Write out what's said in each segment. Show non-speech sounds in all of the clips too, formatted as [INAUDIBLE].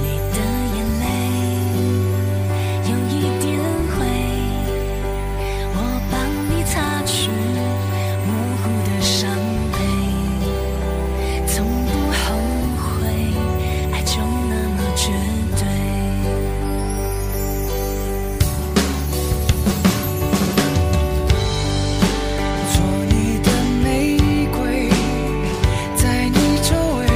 你的眼泪有一点灰，我帮你擦去模糊的伤悲，从不后悔，爱就那么绝对。做你的玫瑰，在你周围，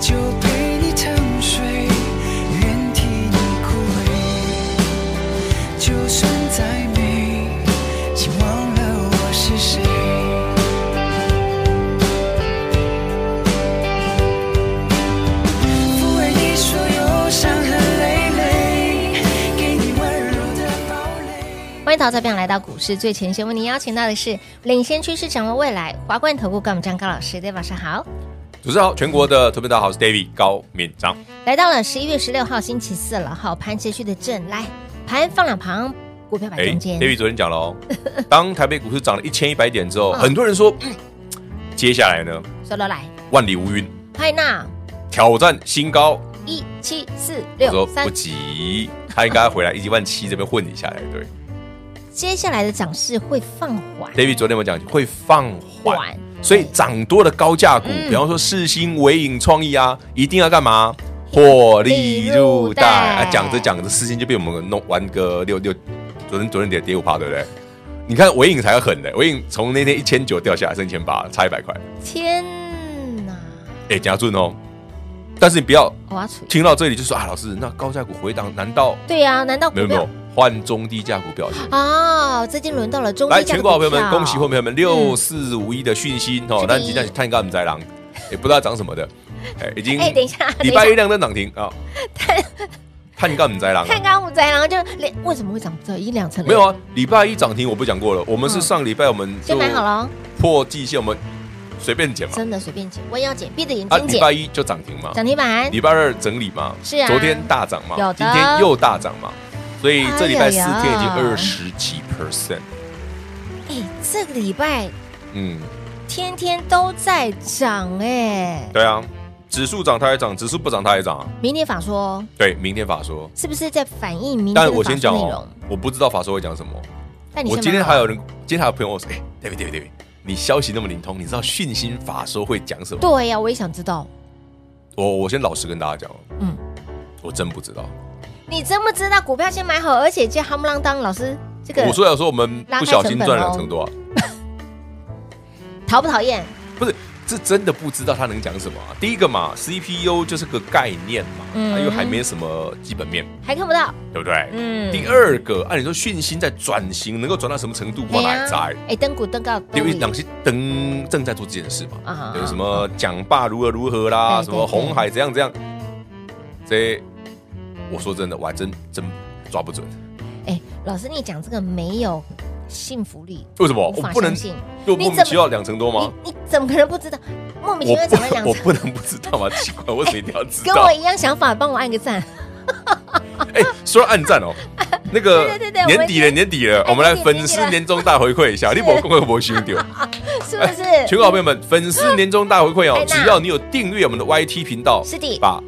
就陪你沉睡，愿替你枯萎。就算再美，请忘了我是谁。抚慰你所有伤痕累累，给你温柔的堡垒。欢迎投资朋友来到股市最前线，为您邀请到的是领先趋势、掌握未来华冠投顾高敏章高老师，大家晚上好。主持人好，全国的特别大家好，我是 David 高敏章。来到了十一月十六号星期四了，好盘持续的震，来盘放两旁，股票摆中间，哎，David 昨天讲 [LAUGHS] 了哦，当台北股市涨了一千一百点之后，很多人说，嗯，接下来呢，说到来，万里无云，派纳挑战新高。一七四我说六三不，急，他应该回来一万七这边混一下才对。接下来的涨势会放缓， David 昨天我讲会放缓缓，所以涨多的高价股，比方说世新、伟影、创意啊，一定要干嘛？获利入袋获利入袋啊！讲着讲着，世新就被我们弄玩个六六，昨天昨天跌跌五趴，对不对？你看伟影才狠的，伟影从那天一千九掉下来，剩一千八，差一百块，天哪，哎，加准哦。但是你不要我要出，听到这里就说啊，老师，那高价股回档难道对呀、难道没有股没有票？换中低价股表现？哦，最近轮到了中来，低价全的国好朋友股们，票恭喜后朋友们六四五一的讯息哦嗯是，但的今天看一看我们在狼，也不知道涨什 [LAUGHS] 么的，哎，已经哎、等一下，礼拜一亮灯涨停 [LAUGHS] 啊，看干我们在狼啊看刚刚五仔，然后就连为什么会涨这一两层？没有，啊，礼拜一涨停我不讲过了，我们是上礼拜我们嗯先就买好了哦，破季线，我们随便减嘛，真的随便捡，弯腰捡，闭着眼啊，睛礼捡，拜一就嗯涨停嘛，涨停板礼拜二整理嘛，是啊昨天大涨嘛有的，今天又大涨嘛，所以这礼拜四哎呀呀天已经二十几 percent，哎、这个礼拜嗯，天天都在涨哎、对啊，指数涨它也涨，指数不涨它也涨啊，明天法说对，明天法说。是不是在反映明天但的我法先说讲内哦容？，我不知道法师会讲什么。但你我先今天买好还有人，今天还有朋友说，哎、d a v i d David David，你消息那么灵通，你知道讯息法说会讲什么？对呀、我也想知道，我我先老实跟大家讲，嗯嗯，我真不知道。你知不知道股票先买好，而且这夯不啷当，老师这个我说有时候我们拉开不小心赚成本哦哦两成多、啊，讨不讨厌？不是，这真的不知道他能讲什么啊、第一个嘛，CPU 就是个概念嘛，嗯它又还没什么基本面，还看不到，对不对？嗯，第二个，按理说讯息在转型，能够转到什么程度？我哎哪呀在？哎，登股登高，因为登两些灯正在做这件事嘛，啊有什么蒋爸如何如何啦，对什对么红海怎样怎样，这我说真的，我还真真抓不准。哎，老师，你讲这个没有信服力，为什么无哦我法不能相信就莫你名怎其妙两成多吗？你你怎么可能不知道？莫名其我妙怎么哎两不我成？不能不知道吗？奇怪，为什么一定要知跟道我？一样想法，帮我按个赞。 [LAUGHS] 哎，说到暗战哦，那个 [LAUGHS] 对对对年底我了，们年底了，哎我们来年底了粉丝年终大回馈一下，你我公会我兄 [LAUGHS] 弟。是 [LAUGHS] 不是？全国好朋友们，粉丝年终大回馈 [LAUGHS] 哎哦，那只要你有订阅我们的 YT 频道，是的把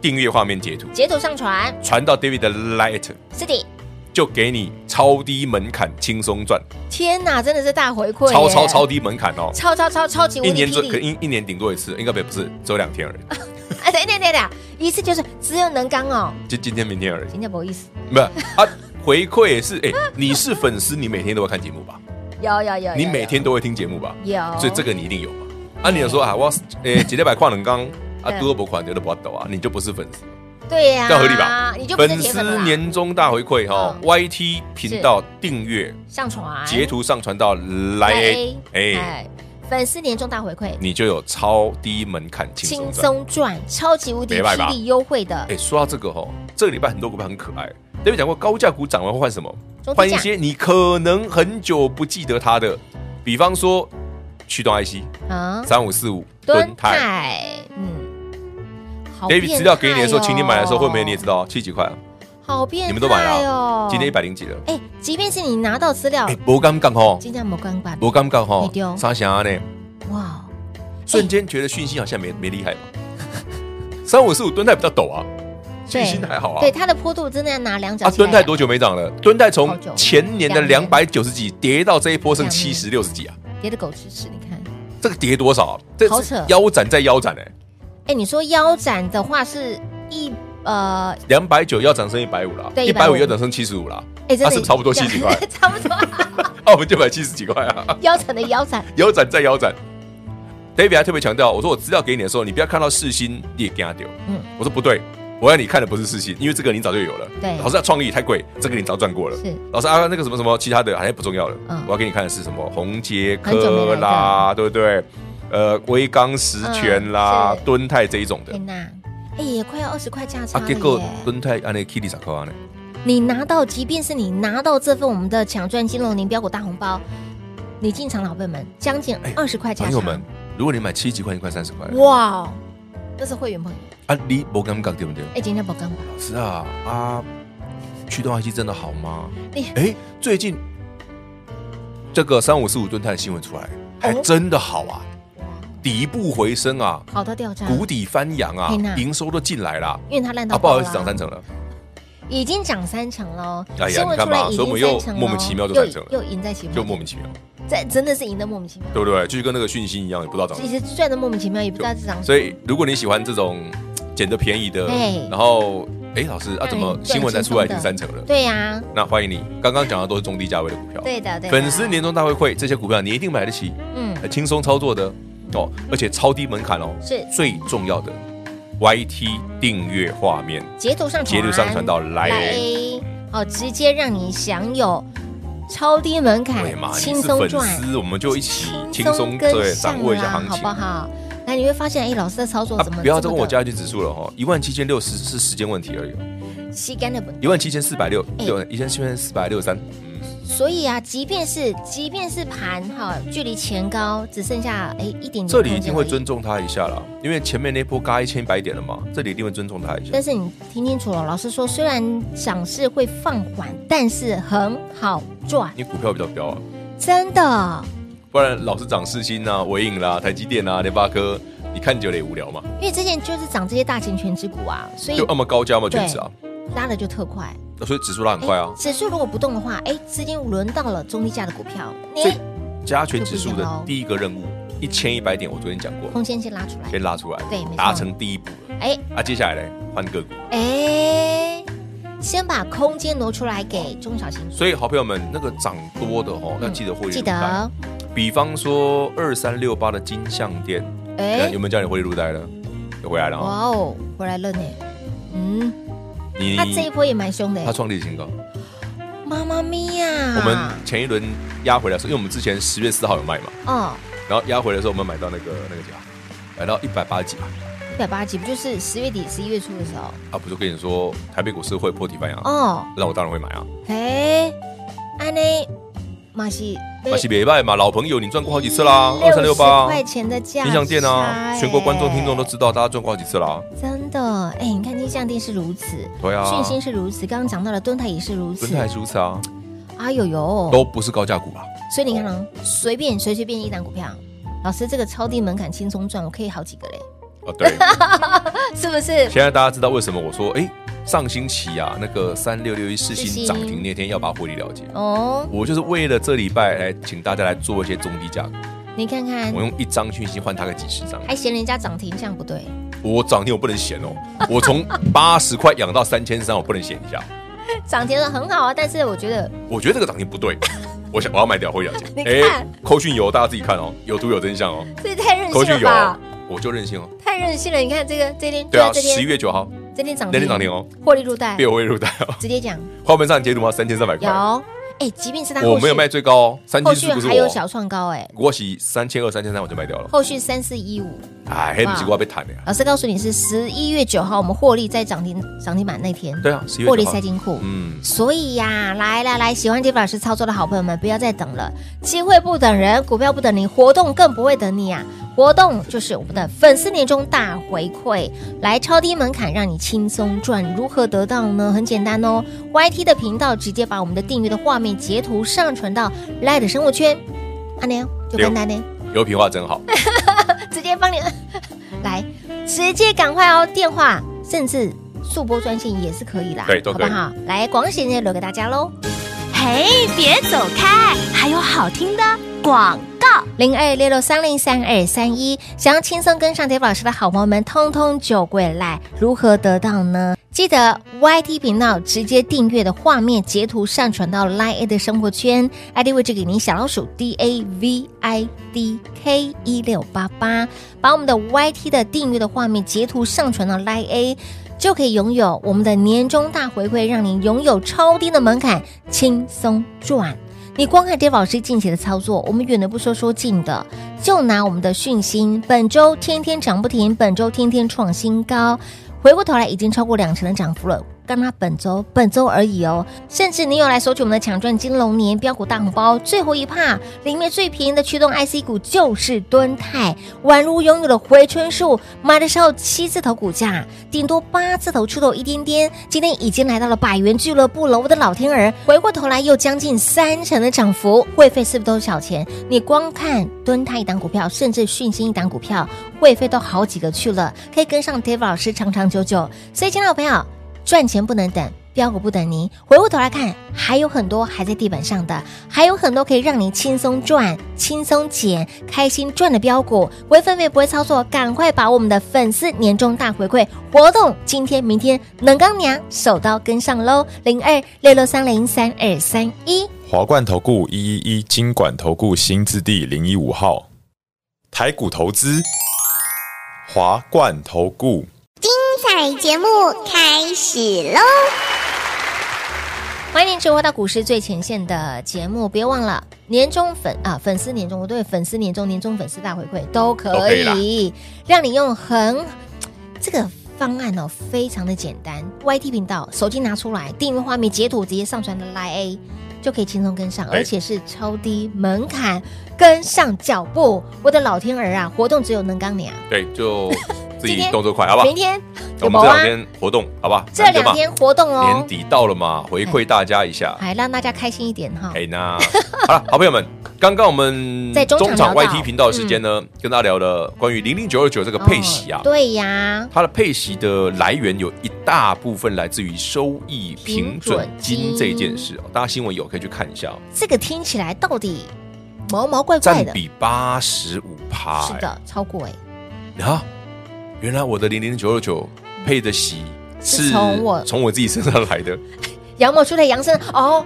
订阅画面截图截图上传，传到 David 的 Light。是的。就给你超低门槛轻松赚，天哪，真的是大回馈耶，超超超低门槛哦，超超超超级无一敌年霹最可雳！一一年顶多一次，应该不不是，只有两天而已，哎，等等等等，一次就是只有能刚哦，就今天明天而已，人家不好意思。不是啊。回馈也是，哎、你是粉丝，你每天都会看节目吧？有有有，你有每天都会听节目吧？有，所以这个你一定有嘛？啊，你有说啊，我哎，几两百块能刚啊对，多不款留的不抖啊，你就不是粉丝，对呀，这样合理吧？你就不是粉铁粉了丝啦年终大回馈哈、嗯 y t 频道订阅上传截图上传到来来 A，哎、哎，粉丝年终大回馈，你就有超低门槛轻松轻赚。松赚，超级无敌没办法霹雳优惠的哎，说到这个哦，这个礼拜很多股票很可爱。对面讲过，高价股涨完会换什么？中低价换一些你可能很久不记得它的，比方说驱动 IC 啊，三五四五蹲吨泰。泰，嗯，好 David 变资料给你的时候，态哦请你买的时候会没有你也知道啊，七十几块啊，好变态哦，你们都买了啊，今天一百零几了。哎，即便是你拿到资料哎，，不尴尬吼，今天没关关，不尴尬你吼丢，啥想呢？哇，瞬间觉得讯息好像没没厉害 [LAUGHS] 嘛。三五四五吨泰比较陡啊，讯息还好啊对。它的坡度真的要拿两脚啊，起来吨泰多久没涨了？吨泰好从久前年的两两年百九十几跌到这一波剩两年七十六十几啊，跌的狗吃屎，你看，这个跌多少啊？这好是扯腰斩再腰斩哎，哎，你说腰斩的话是一呃，两百九要涨升一百五了，对一百五150要涨升七十五了，哎，真啊的是差不多70块 [LAUGHS] 差不多啊，我们就买七十几块啊， [LAUGHS] 腰斩的腰斩，腰斩再腰斩。David 还特别强调，我说我资料给你的时候，你不要看到世新你也给他丢，嗯我说不对，我要你看的不是世新，因为这个你早就有了，对老师要创意太贵，这个你早赚过了，是老师啊，那个什么什么其他的好像不重要了。嗯我要给你看的是什么红杰很久没科来啦，对不对？呃，威刚石泉啦嗯是、敦泰这一种的。天哪，哎，也快要二十块价差啊，了结果耶。哎敦泰按那 Kitty 咋扣啊呢？你拿到，即便是你拿到这份我们的抢赚金龙零标股大红包，你进场，老辈们将近二十块加哎差朋友，们，哎如果你买七十几块，你快三十块了哇哦，这是会员朋友，啊，你无感觉对不对？哎，今天不干吧？老师啊啊，驱动 IC 真的好吗你？哎，最近这个三五四五敦泰的新闻出来，哦还真的好啊，底部回升啊，好到掉渣，谷底翻扬啊嗯嘿呐，营收都进来了因为它烂啊，到不爆好啦意思，涨三成了。已经涨三成喽。哎呀新闻你看出嘛来已所以我经们又三成咯莫名其妙就三成了又又赢在起跑，就莫名其妙，这真的是赢得莫名其妙，对不对？就是跟那个讯息一样，也不知道涨什其么。实赚的莫名其妙，也不知道是涨什么。所以，如果你喜欢这种嘖捡的便宜的哎，然后哎，老师啊，让人怎么更新闻才出来已经轻松三的成了？对呀，那欢迎你，刚刚讲的都是中低价位的股票，对啊的，对的。粉丝年终大回馈这些股票你一定买得起，嗯很轻松操作的哦，而且超低门槛哦。是最重要的，YT 订阅画面截图上传截图上传到来来 A，好，直接让你享有超低门槛对嘛？哎你哎轻是松粉赚。丝，我们就一起轻松跟对上掌握一下啦行好情不。好？那你会发现，哎，老师的操作啊怎么、，不要再问我这么加权指数了哈，一万七千六十是时间问题而已哦，的吸干的本。一万七千四百六哎六一千七千四百六十三，嗯，所以啊，即便是即便是盘哈，距离前高只剩下哎一点点，这里一定会尊。重他一下啦，因为前面那波嘎一千一百点了嘛，这里一定会尊重他一下但。是你听清楚了，老师说，虽然涨势会放缓，但是很好赚，你股票比较彪啊，真的。不然老是涨世新啊、伟影啦、台积电啊、联发科，你看久了也无聊嘛，因为之前就是涨这些大型全指股啊，所以就那么高价嘛，全指啊，拉的就特快。所以指数拉很快啊哎，指数如果不动的话，哎，资金轮到了中低价的股票，你所以加权指数哎就不一样的哦第一个任务一千一百点，我昨天讲过，空间先拉出来先。拉出来对没错，达成第一步了哎啊，接下来嘞换个股。哎，先把空间挪出来给中小型股，所以，好朋友们，那个涨多的哦，要记得获利记入得袋。比方说二三六八的金项店，哎有，没有叫你获利入袋了？有回来了哇啊！哦，回来了呢。嗯，你他这一波也啊蛮凶它的，创历史新高。妈妈咪呀！我们前一轮压回来的时候，因为我们之前十月四号有卖嘛，哦，然后压回来的时候，我们买到那个那个价，买到一百八十几吧。一百八十几，不就是十月底、十一月初的时候？啊，不是跟你说台北股市会破底翻扬，哦，那我当然会买啊。哎，安内马西那西别卖嘛，老朋友，你赚过好几次啦，二三六60八块钱的价，金项店啊，全国观众听众都知道，大家赚过好几次啦。真的，哎，你看金项店是如此，对啊，讯星是如此，刚刚讲到了敦泰也是如此轮，胎是如此啊，哎呦呦，都不是高价股啦。所以你看啊，随便随随便一档股票，老师这个超低门槛轻松赚，我可以好几个嘞， [LAUGHS] 哦，对。是不是？现在大家知道为什么我说，哎、上星期啊，那个三六六一四世星新涨停那天要把获利了结，哦，我就是为了这礼拜来请大家来做一些中低价股，你看看哎我，用一张讯息换它个几十张，还嫌人家涨停，这样不对。我涨停我不能闲哦，我从八十块养到三千三，我不能闲一下，涨停了很好啊，但是我觉得我觉得这个涨停不对。我想我要卖掉，获利了结。 [LAUGHS] 哎你看扣讯有，大家自己看哦，有图有真相哦。这也太任扣性了讯有吧，，我就任性哦。太任性了。你看这个这天，对啊，这十一天嗯月九号这天涨停，那天涨停哦，获利入袋被，我汇入袋哦。直接讲画面上截图吗？三千三百块。有。哎，即便是它后我没续有卖最高哦，三后千四续不是还有小我，创高，哎，我是三千二、三千三我就卖掉了。后续三四一五，哎，黑不是哇我被砍了呀。老师告诉你是十一月九号我们获利在涨停涨停板那天，对啊，11月获利9号塞金库，嗯，所以呀、来来来，喜欢 d a 老师操作的好朋友们，不要再等了，机会不等人，股票不等你，活动更不会等你啊！活动就是我们的粉丝年终大回馈，来超低门槛让你轻松赚。如何得到呢？很简单哦，YT 的频道直接把我们的订阅的画面截图上传到 Light 的生活圈，阿娘就跟单呢，油瓶话真好。直接帮你 [LAUGHS] 来，直接赶快哦，电话甚至速播专线也是可以啦，对都好可不以好？来，广喜呢留给大家喽。嘿，别走开，还有好听的广告。零二六六三零三二三一。想要轻松跟上 Dave 老师的好朋友们，通通就归来。如何得到呢？记得 YT 频道直接订阅的画面截图上传到 Line A 的生活圈，ID 位置给您小老鼠 D A V I D K 一六八八，把我们的 YT 的订阅的画面截图上传到 Line A。就可以拥有我们的年终大回馈，让你拥有超低的门槛，轻松赚。你光看 Dave 老师近期的操作，我们远的不说说近的，就拿我们的讯星，本周天天涨不停，本周天天创新高，回过头来已经超过两成的涨幅了。刚它本周本周而已哦，甚至你有来索取我们的抢赚金龙年标股大红包，最后一趴里面最便宜的驱动 IC 股就是敦泰，宛如拥有了回春术，买的时候七字头股价，顶多八字头出头一点点，今天已经来到了百元俱乐部了，我的老天儿！回过头来又将近三成的涨幅，会费是不是都是小钱？你光看敦泰一档股票，甚至讯星一档股票，会费都好几个去了，可以跟上 Dave 老师长长久久。所以，亲爱的朋友，赚钱不能等。标股不等您，回过头来看，还有很多还在地板上的，还有很多可以让你轻松赚、轻松捡、开心赚的标股。不会分辨，不会操作，赶快把我们的粉丝年终大回馈活动，今天、明天能刚娘手刀跟上喽！零二六六三零三二三一。华冠投顾一一一金管投顾新字第零一五号，台股投资，华冠投顾。彩节目开始喽！欢迎您收回到股市最前线的节目，别忘了年终粉啊，粉丝年终，我对粉丝年终、年终粉丝大回馈都可都可以啦以，让你用很这个方案哦，非常的简单。YT 频道手机拿出来，订阅画面截图，直接上传的来 A 就可以轻松跟上，对而且是超低门槛，跟上脚步。我的老天儿啊，活动只有能刚娘，对，就自今己天动作快，好不好明？天我们这两天活动，好吧？啊这难得嘛两天活动哦，嗯年底到了嘛，回馈大家一下。还让大家开心一点哈。哎那好了，好朋友们，刚刚我们在中场聊到嗯 YT 频道的时间呢，跟大家聊了关于零零九二九这个配息啊哦，对呀，它的配息的来源有一大部分来自于收益平准金平准金这件事哦，大家新闻有可以去看一下哦，这个听起来到底毛毛怪怪占的，比八十五趴，是哎的，超过哎，啊，原来我的零零九二九配的息是从我从我自己身上来的，羊毛出在羊身哦，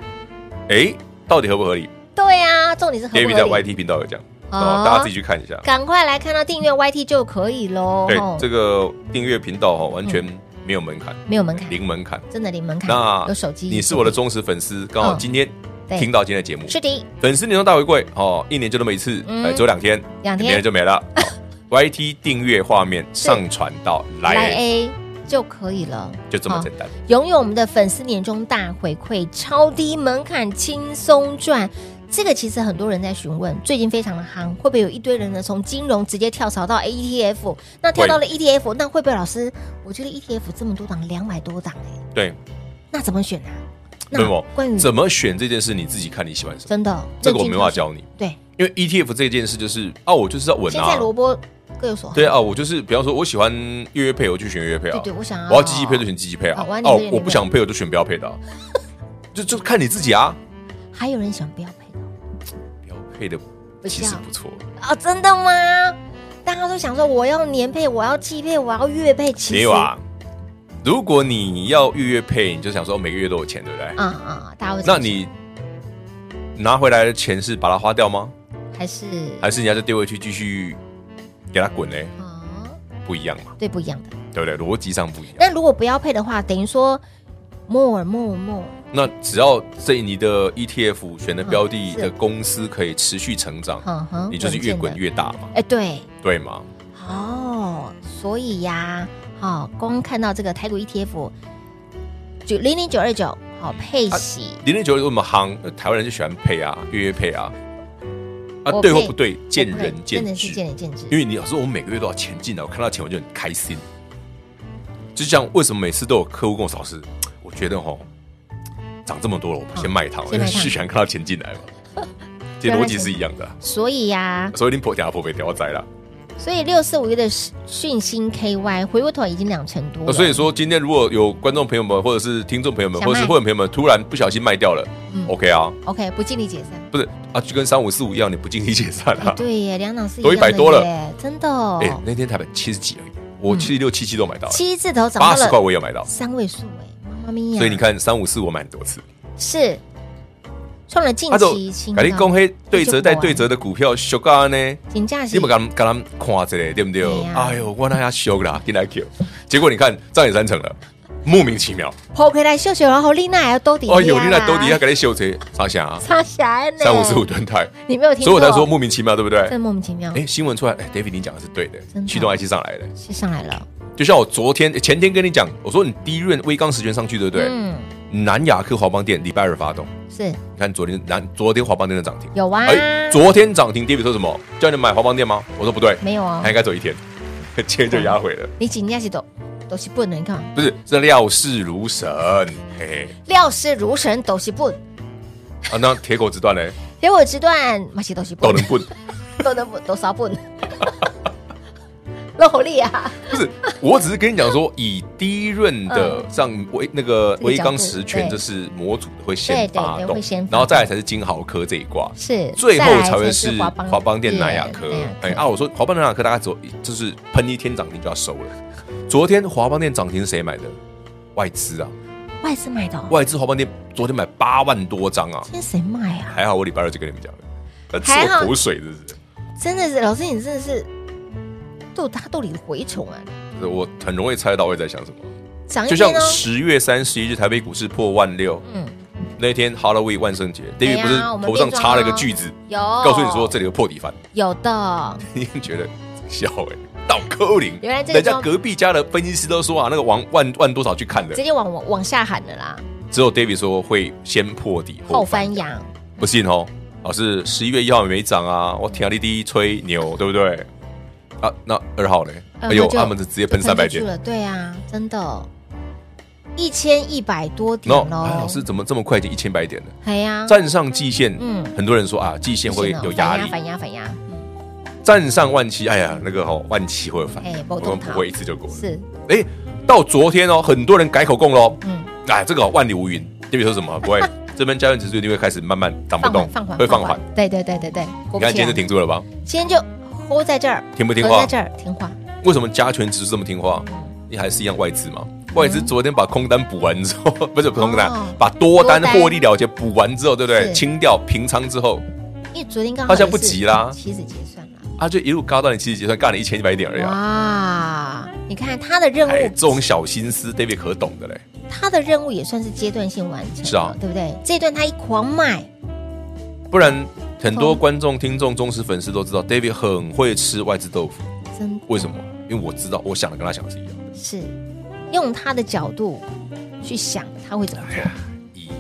哎，到底合不合理对啊，重点是合不？David 在合理？ YT 频道有讲，哦哦，大家自己去看一下。赶快来看到订阅 YT 就可以喽，对吼，这个订阅频道哈，哦完全嗯没有门槛，没有门槛，零门槛。真的零门槛，那有手机，你是我的忠实粉丝，刚好嗯今天对听到今天的节目，是的，粉丝年终大回馈哦，一年就那么一次，嗯哎，只有两天，两天没了就没了。 [LAUGHS] 好 YT 订阅画面上传到来哎哦来， A 就可以了，就这么好简单。拥有我们的粉丝年终大回馈，超低门槛，轻松赚。这个其实很多人在询问，最近非常的夯，会不会有一堆人呢从金融直接跳槽到 ETF？那跳到了 ETF，那会不会老师？我觉得 ETF 这么多档，两百多档哎、对，那怎么选啊？那么关于怎么选这件事，你自己看你喜欢什么，真的这个我没办法。认真挑选教你，对，因为 ETF 这件事就是啊，我就是要稳现啊在。萝卜各有所好。对啊，我就是比方说，我喜欢月月配，我就选月月配啊。对对我想要我要积极配就选积极配啊啊。我要你哦配你，我不配想配我就选不要配 [LAUGHS] 的啊。就就看你自己啊。还有人喜欢标配的标配的其实不错，哦，真的吗？大家都想说我要年配，我要季配，我要月配，其实没有啊。如果你要月月配，你就想说哦每个月都有钱，对不对？啊啊，大家会这那么你拿回来的钱是把它花掉吗？想还是还是你要再丢回去继续给它滚嘞？啊，不一样嘛，对，不一样的。对不对？逻辑上不一样。那如果不要配的话，等于说 more more more 那只要这你的 ETF 选的标的嗯是的公司可以持续成长，嗯哼你就是越滚稳健的越大嘛，哎，对，对吗？哦，所以呀、好、光看到这个台股 ETF 九零零九二九，好配啊息，零零九为什么夯？呃台湾人就喜欢配啊，月月配啊，啊我对或配不对，见仁真见的智是，见仁见智，因为你老师，我每个月都要钱进来，啊我看到钱我就很开心。就像为什么每次都有客户跟我说老师，我觉得吼涨这么多了，我先卖一趟，先因卖为一趟是喜欢看到钱进 [LAUGHS] 来嘛。这逻辑是一样的啊，所以呀、所以你破掉破被掉灾了。所以六四五一的讯星 KY 回过头已经两成多了，呃所以说，今天如果有观众朋友们，或者是听众朋友们，想卖或者是会员朋友们，突然不小心卖掉了嗯，OK 啊， OK 不尽力解散。不是啊，就跟三五四五一样，你不尽力解散哎啊。对耶，两档是一都样的100多了耶，真的、哦哎，那天台北七十几而已，我七十六、七七都买到了，七字头涨啊八到十块了我也有买到，三位数哎，妈妈咪呀！所以你看三五四我买很多次。是创了近啊，就期新高，跟你讲，迄对折再对折的股票俗到安尼，金价是你们敢敢看一下对不对对？啊哎呦，我那下俗啦，进来 Q，结果你看涨也三成了，莫名其妙。抛开来秀秀，然后丽娜也要兜底，哎呦，你那兜底下给你修车，啥想啊？差啥呢？三五四五，吨台，哦你没有听所以过？我才说莫名其妙，对不对真？的莫名其妙，哎，新闻出来，哎，David 你讲的是对的真，的驱动 IC 上来的，是上来了，就像我昨天哎前天跟你讲，我说你第一任微刚实权上去，对不对？嗯，南亚科华邦店礼拜二发动，是你看昨天南昨天华邦店的涨停，有啊，哎，昨天涨停，David 说什么？叫你买华邦店吗？我说不对，没有啊他？应该走一天， [LAUGHS] 今天就压回了。你今天是都都是笨的，你看不是，这料事如神，嘿嘿料事如神，都是笨，啊，那铁口直断 [LAUGHS] 呢，给我直断，嘛是都是都笨能，棍。都能 [LAUGHS] 笨，都啥笨？ [LAUGHS] 落力啊！不是，我只是跟你讲说，以低润的嗯像微那个这个微角钢度实权，对这是模组会对先对发对动会先发，然后再来才是金豪科这一挂，是，最后再来才会是华邦华邦电南亚科对南亚。哎啊，我说华邦电南亚科大概走就是喷一天涨停就要收了。昨天华邦电涨停是谁买的？外资啊，外资买的哦，外资华邦电昨天买八万多张啊，今天谁卖啊？还好我礼拜二就跟你们讲了，呃，吃还好我口水是不是？真的是老师，你真的是肚大肚里蛔虫啊！就是我很容易猜到我在想什么。涨一就天像哦，十月三十一日台北股市破万六，嗯嗯，那天 Halloween 万圣节哎，David 呀不是头上插了个句子，有告诉你哦说这里有破底翻，有的，你觉得笑哎、倒扣零，原来这个人家装隔壁家的分析师都说啊，那个王万万多少去看的直，接往往往下喊的啦，只有 David 说会先破底后后翻，翻扬，不信哦，老师十一月一号也没涨啊，我天啊，你第一吹牛对不对？啊，那二号呢？哎然呦，后呃就他们直接喷就三百出去点，了，对啊，真的，一千一百多点然后喽哎，老师，怎么这么快已经一千百点了？哎呀，站上季线，嗯哦嗯，很多人说啊，季线会有压力。反压反压反压，站上万七，哎呀，那个吼万七会有反应，哎我没动们不它会一次就过了。是，哎，到昨天哦，很多人改口供喽。嗯，哎，这个哦万里无云，这边说什么 [LAUGHS] 不会，这边加权指数一定会开始慢慢涨不放缓动放缓，会放缓。，对对对对对，你看今天就停，停住了吧？今天就 hold 在这儿，听不听 hold 在？话这儿听话，为什么加权指数这么听话？你还是一样外资嘛？外资昨天把空单补完之后，不是不是空单嗯哦，把多单多单获利了结补完之后，对不对是？清掉平仓之后，因为昨天刚好好像不急啦妻子结算啦。啊，就一路高到你七十结算，干了一千一百点而已啊。啊哇，你看他的任哎，务这，种小心思，David 可懂的嘞。他的任务也算是阶段性完成了，是啊对不对？这一段他一狂卖，不然很多观众、听众、忠实粉丝都知道，David 很会吃外资豆腐。真为什么？因为我知道，我想的跟他想的是一样的。是用他的角度去想他会哎怎么做。以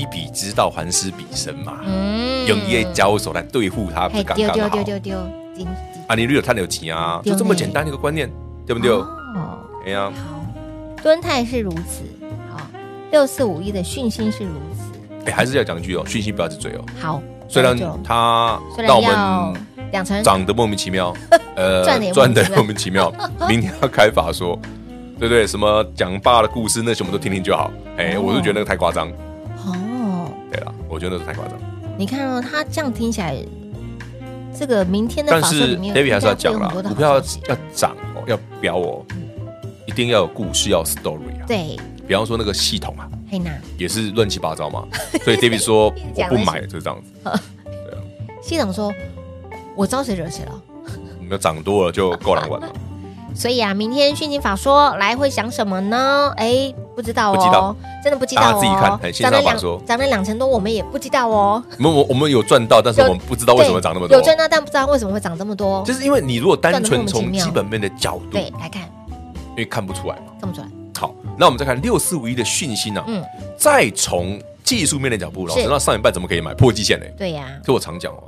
以彼之道还施彼身嘛，嗯用业交手来对付他，不嘿是刚丢刚丢好丢？丢丢，金啊，你略有他有钱啊，对就这么简单的一个观念，对不对？哦，哎呀，好，敦泰是如此，好，六四五一的讯息是如此，哎，还是要讲一句哦，讯息不要去追哦。好，虽然那就他虽让然我要们两成涨得莫名其妙，[LAUGHS] 呃赚得也赚得莫莫名其妙。 [LAUGHS] 明天要开法说，对不对？什么讲爸的故事，那什么都听听就好。哎，哦我是觉得那个太夸张。哦，对了，我觉得那是太夸张。你看哦，他这样听起来，这个明天的但法说是里面 David 还是要讲应该啦会有很多，的股票好要消息要涨哦，要飙哦，一定要有故事，要有 story 啊。对，比方说那个系统啊，黑娜也是乱七八糟嘛，所以 David [LAUGHS] 说一直我讲不那些买，就是这样子。系统说，我招谁惹谁了？你们涨多了就够难 [LAUGHS] 玩了。所以啊，明天训警法说来会想什么呢？哎，不知道哦，不知道真的不知道大家自己看哎哦。线上了法两说涨了两成多，我们也不知道哦。我们我我们有赚到，但是有我们不知道为什么对涨那么多有，赚到，但不知道为什么会涨这么多。就是因为你如果单赚得莫纯名其从妙基本面的角度，对因，来看为看不出来嘛。这么准，好，那我们再看六四五一的讯息呢，嗯，再从技术面的角度，老师是，那上一半怎么可以买破季线呢？对呀，就我常讲哦，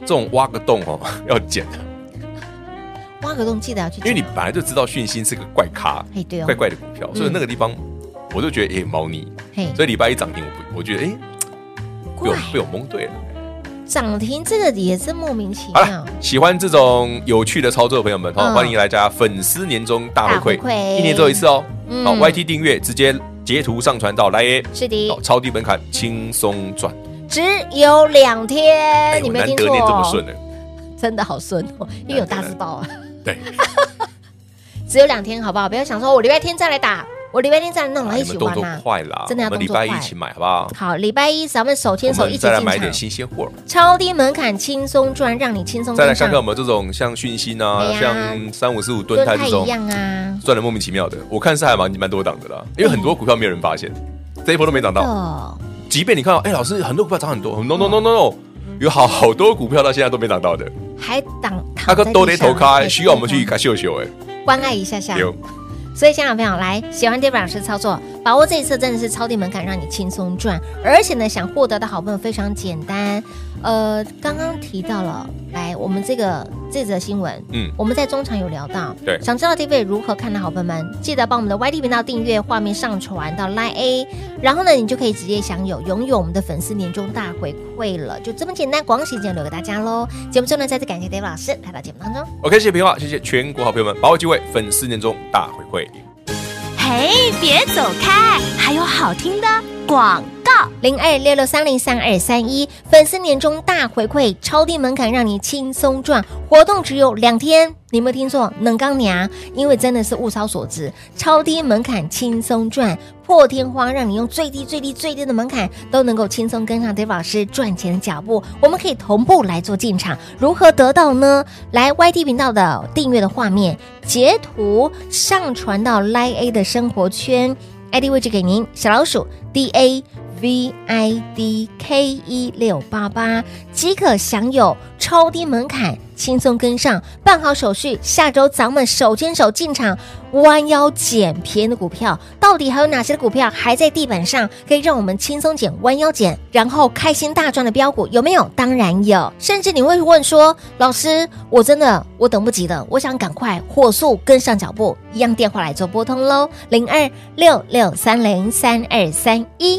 这种挖个洞哦 [LAUGHS] 要捡的，挖个洞记得要去因为捡你哦，本来就知道讯息是个怪咖，哎对哦怪，怪的股票，所以嗯那个地方我就觉得哎猫腻，嘿，所以礼拜一涨停我不我觉得哎被我怪被我蒙对了。涨停这个也是莫名其好妙了，，喜欢这种有趣的操作的朋友们哈，嗯欢迎来加粉丝年终大回大回馈，馈一年只有一次哦。嗯好，YT 订阅直接截图上传到来耶，是的好，超低门槛，轻松赚。只有两哎天，我你没难听得错，哦念这么顺，呢，哎真的好顺哦，因为有大字报啊，对， [LAUGHS] 只有两天好不好？不要想说我礼拜天再来打，嗯我礼拜天再来弄，然后哎啊你一们起动玩作呐。快啦，真的要我们动礼作快拜一起买好不好？好，礼拜一咱们手牵我手们一起再来进买场点，新鲜货，超低门槛轻松赚，让你轻松再来跟看上看有。没有这种像讯息哎啊，呀像三五四五跟吨泰这一种样啊，赚的莫名其妙的，我看是还蛮蛮多档的啦，因为很嗯多股票没有人发现，这一波都没涨到。哦，即便你看到，哎、老师很多股票涨很多，no no no no no，有好好多股票到现在都没涨到的，还挡躺阿哥在都地得上头开，对需要我们去对对看秀秀哎，关爱一下下。有所以，亲爱的朋友，来喜欢 David 老师操作，把握这一次真的是超低门槛，让你轻松赚。而且呢，想获得的好朋友非常简单。呃，刚刚提到了，来我们这个这则新闻，嗯我们在中场有聊到，对想知道 David 如何看的好朋友们，记得帮我们的 YT 频道订阅，画面上传到 Line A，然后呢，你就可以直接享有拥有我们的粉丝年终大回馈了，就这么简单，广喜间留给大家喽。节目最后呢，再次感谢 David 老师来到节目当中。 ，OK，谢谢平话，谢谢全国好朋友们，把握机会，粉丝年终大回馈。嘿，别走开，还有好听的广告。零二六六三零三二三一粉丝年终大回馈，超低门槛让你轻松赚，活动只有两天，你有没有听错？能刚娘，因为真的是物超所值，超低门槛轻松赚，破天荒让你用最低最低最低的门槛都能够轻松跟上 David 老师赚钱的脚步，我们可以同步来做进场，如何得到呢？来 YT 频道的订阅的画面截图上传到 Line A 的生活圈。ID 位置给您，小老鼠 D A V I D K 一六八八即可享有超低门槛，轻松跟上，办好手续，下周咱们手牵手进场，弯腰捡便宜的股票。到底还有哪些的股票还在地板上，可以让我们轻松捡、弯腰捡，然后开心大赚的标股有没有？当然有，甚至你会问说，老师，我真的我等不及了，我想赶快火速跟上脚步，一样电话来做拨通喽，零二六六三零三二三一。